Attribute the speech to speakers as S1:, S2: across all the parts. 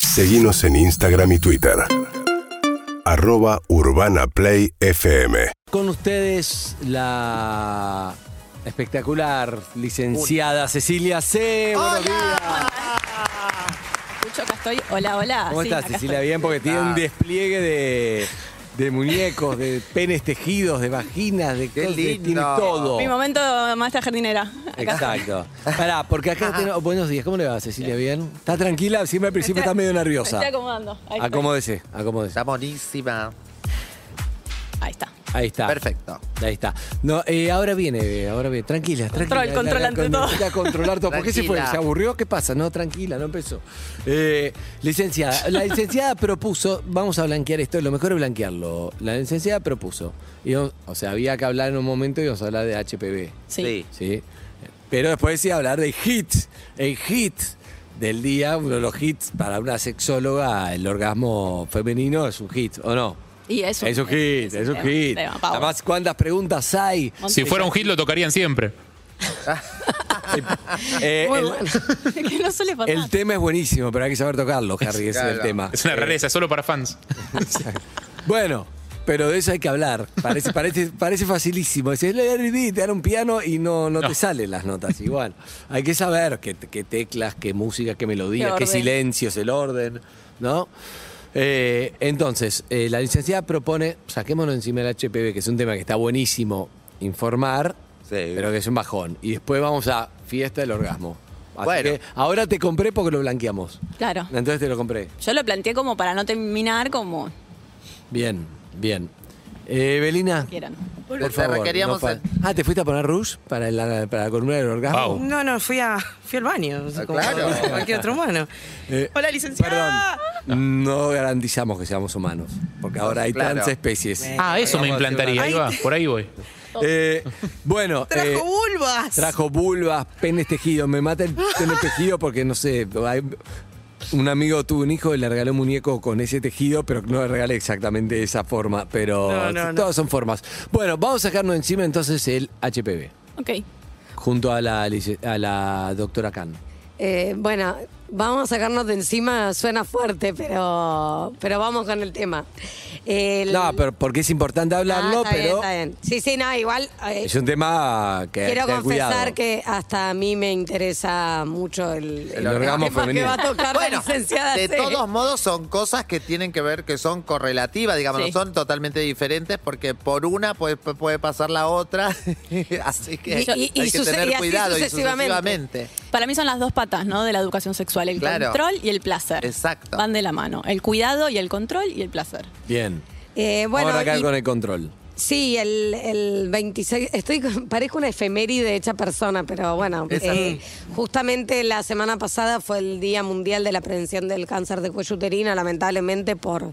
S1: Seguimos en Instagram y Twitter. Arroba Urbana Play FM.
S2: Con ustedes la espectacular licenciada Cecilia C. Buenos días.
S3: Escucho, acá estoy. Hola, hola.
S2: ¿Cómo
S3: Sí,
S2: estás,
S3: acá
S2: Cecilia?
S3: estoy.
S2: Bien, porque tiene un despliegue de, de muñecos, de penes tejidos, de vaginas, de cosas,
S4: lindo.
S2: tiene todo.
S3: Mi momento, maestra jardinera. Acá
S2: Exacto. Pará, porque acá tenemos- Buenos días, ¿cómo le va, Cecilia? ¿Bien? ¿Está tranquila? Siempre al principio está medio
S3: estoy. Me
S2: nerviosa.
S3: estoy acomodando. Ahí, estoy.
S2: Acomódese, acomódese.
S4: Está buenísima.
S3: Ahí está.
S2: Ahí está.
S4: Perfecto.
S2: Ahí está. No, eh, ahora viene, ahora viene. Tranquila, tranquila.
S3: Control, control ante
S2: con-
S3: todo.
S2: necesita controlar todo. ¿Por qué se fue?
S4: Tranquila.
S2: ¿Se aburrió? ¿Qué pasa? No, tranquila, no empezó. Eh, licenciada, la licenciada propuso, vamos a blanquear esto, lo mejor es blanquearlo. La licenciada propuso, íbamos- o sea, había que hablar en un momento y íbamos a hablar de HPV,
S3: Sí.
S2: ¿sí? Pero después sí hablar de hit, el hit del día, uno de los hits para una sexóloga, el orgasmo femenino es un hit, ¿o no?
S3: Y eso.
S2: Es un hit, es un hit. Además, ¿cuántas preguntas hay?
S5: Si fuera un hit lo tocarían siempre.
S2: Eh, el,
S3: que no suele pasar.
S2: el tema es buenísimo, pero hay que saber tocarlo, Harry, ese es el
S4: Claro.
S2: tema.
S5: Es una rareza, es solo para fans.
S2: Eh, Bueno, pero de eso hay que hablar. Parece, parece, parece facilísimo. Decís, le di, te dan un piano y no, no, te
S5: No.
S2: salen las notas. Igual, hay que saber qué, qué teclas, qué música, qué
S3: Qué
S2: melodía, qué,
S3: orden.
S2: silencios, el orden, ¿no? Eh, entonces, eh, la licenciada propone, saquémonos encima del HPV, que es un tema que está buenísimo informar,
S4: Sí.
S2: pero que es un bajón. Y después vamos a fiesta del orgasmo. Así
S4: Bueno.
S2: que ahora te compré porque lo blanqueamos.
S3: Claro.
S2: Entonces te lo compré.
S3: Yo lo planteé como para no terminar como
S2: Bien, bien. Eh, Belina,
S3: quieran.
S2: por
S4: Te
S2: favor.
S4: requeríamos
S2: no fa-
S4: el-
S2: ah, ¿te fuiste a poner rouge para la, para la columna del orgasmo?
S5: Wow.
S6: No, no, fui, a, fui al baño, no sé,
S4: Ah,
S6: como
S4: claro.
S6: cualquier otro humano.
S2: Eh,
S6: Hola, licenciada.
S2: Perdón, no garantizamos que seamos humanos, porque ahora hay
S4: Claro.
S2: tantas especies.
S5: Ah, eso me
S2: Vamos a hacer
S5: implantaría. Ahí va, por ahí voy.
S2: Eh, bueno,
S6: Trajo
S2: eh,
S6: vulvas.
S2: trajo vulvas, penes tejidos. Me mata el pene tejido porque no sé. hay- un amigo tuvo un hijo y le regaló un muñeco con ese tejido, pero no le regalé exactamente esa forma. Pero
S6: No, no, no.
S2: todas son formas. Bueno, vamos a sacarnos encima entonces el HPV,
S3: Ok.
S2: junto a la, lic- a la doctora Khan.
S7: Eh, bueno, vamos a sacarnos de encima, suena fuerte, pero, pero vamos con el tema. El-
S2: No, pero porque es importante hablarlo,
S7: Ah, está bien,
S2: pero
S7: está bien. Sí, sí, no, igual. eh,
S2: es un tema que hay
S7: quiero
S2: que tener cuidado.
S7: confesar que hasta a mí me interesa mucho el,
S2: El orgasmo
S7: tema que
S2: femenino.
S7: va a tocar la
S4: Bueno,
S7: licenciada.
S4: de
S7: C.
S4: todos modos son cosas que tienen que ver, que son correlativas, digamos,
S3: Sí.
S4: no son totalmente diferentes porque por una puede, puede pasar la otra, así que
S7: Y- y- y
S4: hay que
S7: suce-
S4: tener
S7: y así
S4: cuidado y
S7: sucesivamente.
S4: sucesivamente.
S3: Para mí son las dos patas, ¿no? De la educación sexual, el
S4: Claro.
S3: control y el placer.
S4: Exacto.
S3: Van de la mano. El cuidado y el control y el placer.
S2: Bien.
S7: Eh, bueno,
S2: Ahora acá
S7: y-
S2: con el control.
S7: sí, el, el 26. Estoy, con- parezco una efeméride hecha persona, pero bueno.
S4: Es
S7: eh,
S4: así.
S7: justamente la semana pasada fue el Día Mundial de la Prevención del Cáncer de Cuello Uterino, lamentablemente por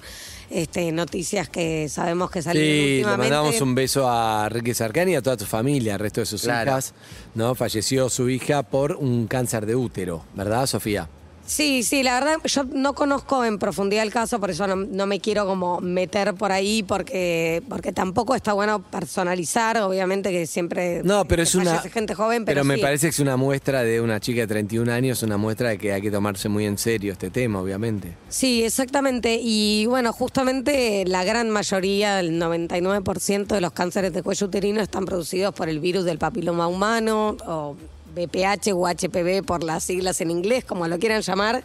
S7: este, noticias que sabemos que salieron
S2: Sí, le
S7: últimamente.
S2: mandamos un beso a Ricky Sarkán y a toda tu familia, al resto de sus
S4: Claro.
S2: hijas. ¿no? Falleció su hija por un cáncer de útero, ¿verdad, Sofía?
S7: Sí, sí, la verdad yo no conozco en profundidad el caso, por eso no, no me quiero como meter por ahí porque porque tampoco está bueno personalizar, obviamente que siempre
S2: No, pero
S7: que
S2: es una.
S7: fallece gente joven, pero,
S2: me
S7: sí.
S2: parece que es una muestra de una chica de 31 años, una muestra de que hay que tomarse muy en serio este tema, obviamente.
S7: Sí, exactamente. Y bueno, justamente la gran mayoría, el 99% de los cánceres de cuello uterino están producidos por el virus del papiloma humano o BPH o HPV por las siglas en inglés, como lo quieran llamar.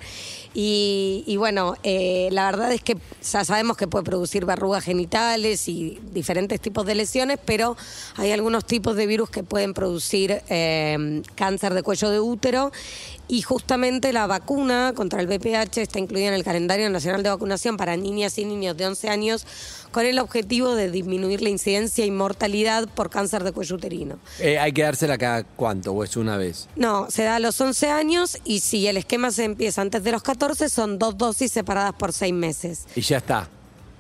S7: Y, y bueno, eh, la verdad es que ya sabemos que puede producir verrugas genitales y diferentes tipos de lesiones, pero hay algunos tipos de virus que pueden producir eh, cáncer de cuello de útero y justamente la vacuna contra el VPH está incluida en el calendario nacional de vacunación para niñas y niños de 11 años con el objetivo de disminuir la incidencia y mortalidad por cáncer de cuello uterino.
S2: Eh, ¿Hay que dársela cada cuánto o es una vez?
S7: No, se da a los 11 años y si el esquema se empieza antes de los 14 son dos dosis separadas por seis meses.
S2: Y ya está.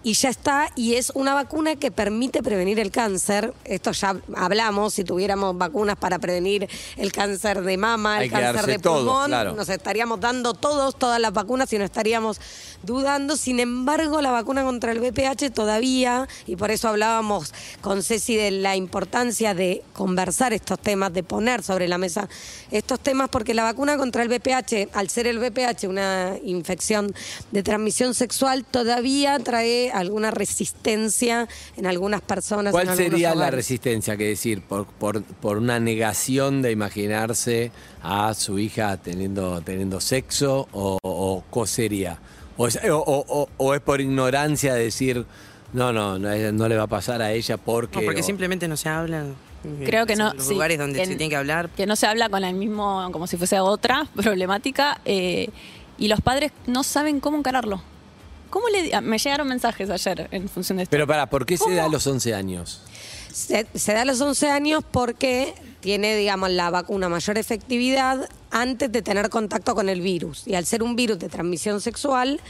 S7: y ya está, y es una vacuna que permite prevenir el cáncer. Esto ya hablamos, si tuviéramos vacunas para prevenir el cáncer de mama, el
S2: Hay que
S7: cáncer
S2: darse
S7: de
S2: todo,
S7: pulmón,
S2: claro.
S7: nos estaríamos dando todos, todas las vacunas y no estaríamos dudando. Sin embargo, la vacuna contra el VPH todavía, y por eso hablábamos con Ceci de la importancia de conversar estos temas, de poner sobre la mesa estos temas, porque la vacuna contra el VPH, al ser el VPH una infección de transmisión sexual, todavía trae alguna resistencia en algunas personas. en
S2: ¿Cuál
S7: algunos
S2: sería la
S7: hogares.
S2: resistencia que decir por, por, por una negación de imaginarse a su hija teniendo, teniendo sexo o, o ¿cuál sería? O es, o- o- o- o es por ignorancia decir no, no, no, eh, no le va a pasar a ella porque,
S6: No, porque
S2: o-
S6: simplemente no se habla. en
S3: Creo que no.
S6: Los
S3: sí,
S6: lugares donde
S3: que
S6: se
S3: n-
S6: tiene que hablar.
S3: Que no se habla con el mismo, como si fuese otra problemática. eh, y los padres no saben cómo encararlo. ¿Cómo le.? di- ah, Me llegaron mensajes ayer en función de esto.
S2: Pero pará, ¿por qué se
S3: ¿Cómo?
S2: da a los 11 años?
S7: Se, se da a los 11 años porque tiene, digamos, la vacuna mayor efectividad antes de tener contacto con el virus. Y al ser un virus de transmisión sexual,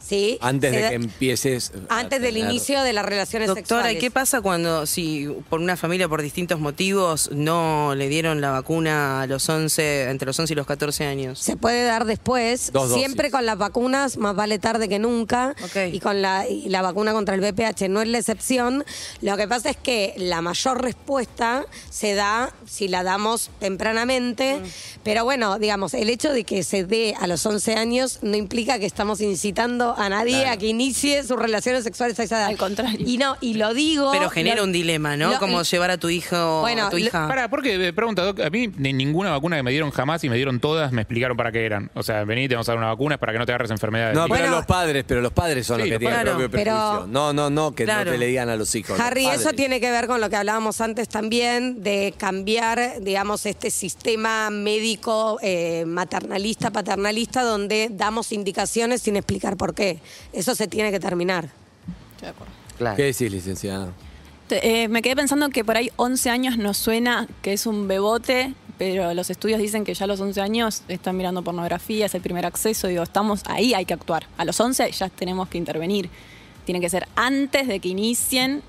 S7: ¿sí?
S2: Antes
S7: Eh, se
S2: de
S7: da-
S2: que empieces. a
S7: antes del
S2: tener-
S7: inicio de las relaciones
S6: Doctora, ¿y
S7: sexuales.
S6: qué pasa cuando, si por una familia, por distintos motivos, no le dieron la vacuna a los 11, entre los 11 y los 14 años?
S7: Se puede dar después,
S2: Dos dosis.
S7: siempre con las vacunas, más vale tarde que nunca,
S6: Ok.
S7: y con la, y la vacuna contra el VPH no es la excepción. Lo que pasa es que la mayor respuesta se da si la damos tempranamente,
S3: Mm.
S7: pero bueno, digamos, el hecho de que se dé a los 11 años no implica que estamos incitando a nadie a que inicie sus relaciones sexuales a esa edad.
S3: Al contrario.
S7: Y no, y lo digo...
S6: Pero genera
S7: lo-
S6: un dilema, ¿no?
S7: lo-
S6: Como llevar a tu hijo
S7: Bueno,
S6: a tu
S7: lo-
S2: Ah.
S6: hija.
S5: Pará, porque me pregunta, Doc, a mí ni ninguna vacuna que me dieron jamás y me dieron todas me explicaron para qué eran. O sea, vení, te vamos a dar una vacuna es para que no te agarres enfermedades.
S2: No,
S5: Y-
S2: pero
S7: Bueno.
S2: los padres, pero los padres son
S5: Sí,
S2: los que
S5: los
S2: tienen
S6: padres.
S2: el propio
S7: Pero-
S2: prejuicio. no, no, no, que
S6: Claro.
S2: no te le digan a los hijos. los
S7: Harry, eso
S2: padres.
S7: tiene que ver con lo que hablábamos antes también, de cambiar, digamos, este sistema médico eh, maternalista, paternalista, donde damos indicaciones sin explicar por qué. Eso se tiene que terminar.
S3: Estoy de acuerdo.
S4: Claro.
S2: ¿Qué decís, licenciada?
S3: Te- eh, me quedé pensando que por ahí 11 años nos suena que es un bebote, pero los estudios dicen que ya a los 11 años están mirando pornografía, es el primer acceso. Digo, estamos ahí, hay que actuar. A los 11 ya tenemos que intervenir. Tiene que ser antes de que inicien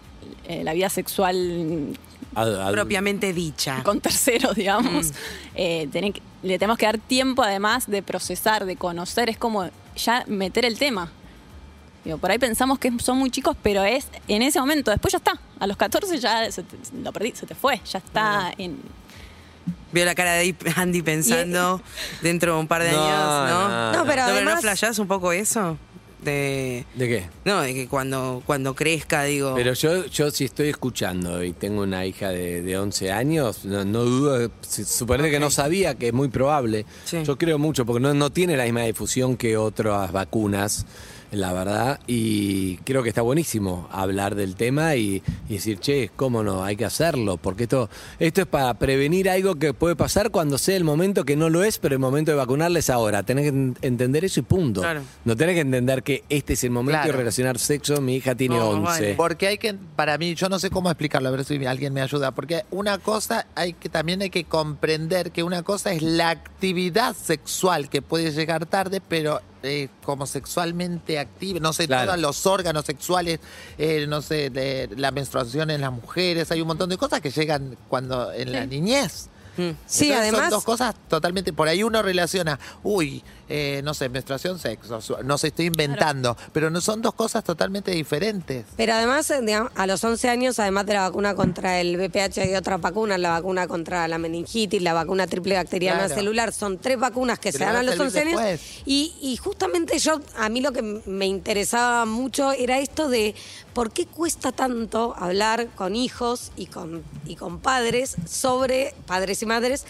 S3: eh, la vida sexual
S2: Ad- ad-
S6: Propiamente dicha.
S3: con terceros,
S2: Mm.
S3: digamos. Eh, tienen que- le tenemos que dar tiempo además de procesar, de conocer, es como ya meter el tema. Digo, por ahí pensamos que son muy chicos, pero es en ese momento, después ya está. A los 14 ya se te- lo perdí, se te fue, ya está en...
S6: Veo la cara de Andy pensando dentro de un par de
S2: No,
S6: años, ¿no?
S2: no,
S7: No, pero
S6: ¿No,
S7: además-
S6: ¿no flashás un poco eso? De,
S2: ¿De qué?
S6: no, de que cuando, cuando crezca, digo...
S2: Pero yo, yo si estoy escuchando y tengo una hija de, de 11 años, no, no dudo, si- suponete que no sabía, que es muy probable.
S6: Sí.
S2: Yo creo mucho, porque no, no tiene la misma difusión que otras vacunas, la verdad, y creo que está buenísimo hablar del tema y, y decir, che, cómo no, hay que hacerlo, porque esto, esto es para prevenir algo que puede pasar cuando sea el momento que no lo es, pero el momento de vacunarles ahora. Tenés que en- entender eso y punto.
S6: Claro.
S2: No tenés que entender que este es el momento de
S4: Claro.
S2: relacionar sexo, mi hija tiene
S6: No,
S2: 11.
S6: vale.
S4: Porque hay que, para mí, yo no sé cómo explicarlo, a ver si alguien me ayuda. Porque una cosa hay que también hay que comprender que una cosa es la actividad sexual que puede llegar tarde, pero eh, como sexualmente activa, no sé,
S2: Claro.
S4: todos los órganos sexuales, eh, no sé, de la menstruación en las mujeres, hay un montón de cosas que llegan cuando en la niñez.
S7: Sí,
S4: Mm. Entonces,
S7: además-
S4: Son dos cosas totalmente. Por ahí uno relaciona, uy, eh, no sé, menstruación, sexo. su- No sé, estoy inventando. Pero no son dos cosas totalmente diferentes.
S7: Pero además, eh, digamos, a los 11 años, además de la vacuna contra el VPH, hay otras vacunas, la vacuna contra la meningitis, la vacuna triple bacteriana
S4: Claro.
S7: celular, son tres vacunas que
S4: Que
S7: se
S4: le
S7: dan
S4: va
S7: a
S4: a
S7: los
S4: servir
S7: 11 años.
S4: después.
S7: Y, y justamente yo, a mí lo que m- me interesaba mucho era esto de por qué cuesta tanto hablar con hijos y con, y con padres sobre, padres y madres,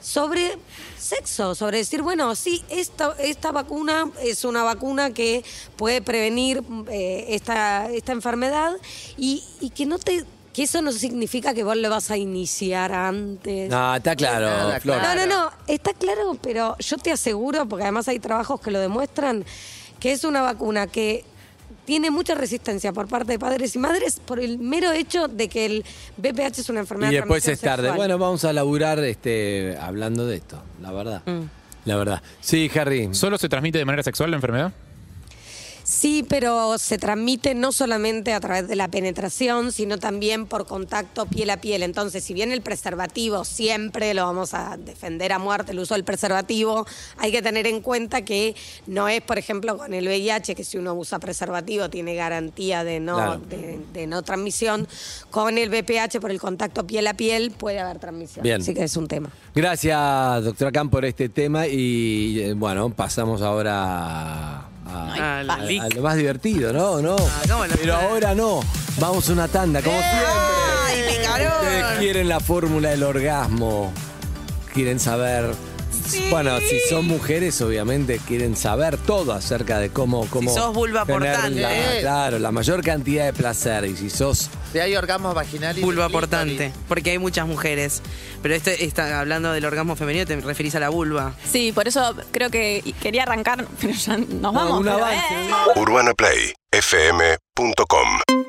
S7: sobre sexo, sobre decir, bueno, sí, esta, esta vacuna es una vacuna que puede prevenir eh, esta, esta enfermedad y, y que no te... Que eso no significa que vos le vas a iniciar antes.
S2: No, está claro,
S4: Nada,
S2: Flor.
S4: claro.
S7: No, no, no, está claro, pero yo te aseguro, porque además hay trabajos que lo demuestran, que es una vacuna que tiene mucha resistencia por parte de padres y madres por el mero hecho de que el VPH es una enfermedad
S2: Y
S7: de
S2: después
S7: transmisión
S2: es tarde.
S7: sexual.
S2: Bueno, vamos a laburar este, hablando de esto, Mm. la verdad. La verdad. Sí, Harry.
S5: ¿Solo se transmite de manera sexual la enfermedad?
S7: Sí, pero se transmite no solamente a través de la penetración, sino también por contacto piel a piel. Entonces, si bien el preservativo siempre lo vamos a defender a muerte, el uso del preservativo, hay que tener en cuenta que no es, por ejemplo, con el VIH, que si uno usa preservativo tiene garantía de no,
S2: Claro.
S7: de, de no transmisión. Con el VPH, por el contacto piel a piel, puede haber transmisión.
S2: Bien.
S7: Así que es un tema.
S2: Gracias, doctora Khan, por este tema. Y eh, bueno, pasamos ahora a,
S6: Ay,
S2: a-
S6: al leak.
S2: a lo más divertido, ¿no? ¿O no?
S6: Ah, ¿cómo no?
S2: Pero ahora no. Vamos a una tanda, como siempre.
S6: ¡Ay,
S2: Ustedes
S6: picarón!
S2: quieren la fórmula del orgasmo. Quieren saber. Bueno, si son mujeres, obviamente quieren saber todo acerca de cómo. cómo
S6: sos vulva
S2: tener
S6: portante.
S2: la- Claro, la mayor cantidad de placer. Y si sos.
S4: Si hay orgasmos vaginales.
S6: Vulva portante, porque hay muchas mujeres. Pero esto está hablando del orgasmo femenino, te referís a la vulva.
S3: Sí, por eso creo que y quería arrancar, pero eh, ya nos
S2: No,
S6: eh.
S3: vamos.
S2: un
S3: pero,
S2: avance,
S3: eh.
S2: un
S1: UrbanaPlayFM.com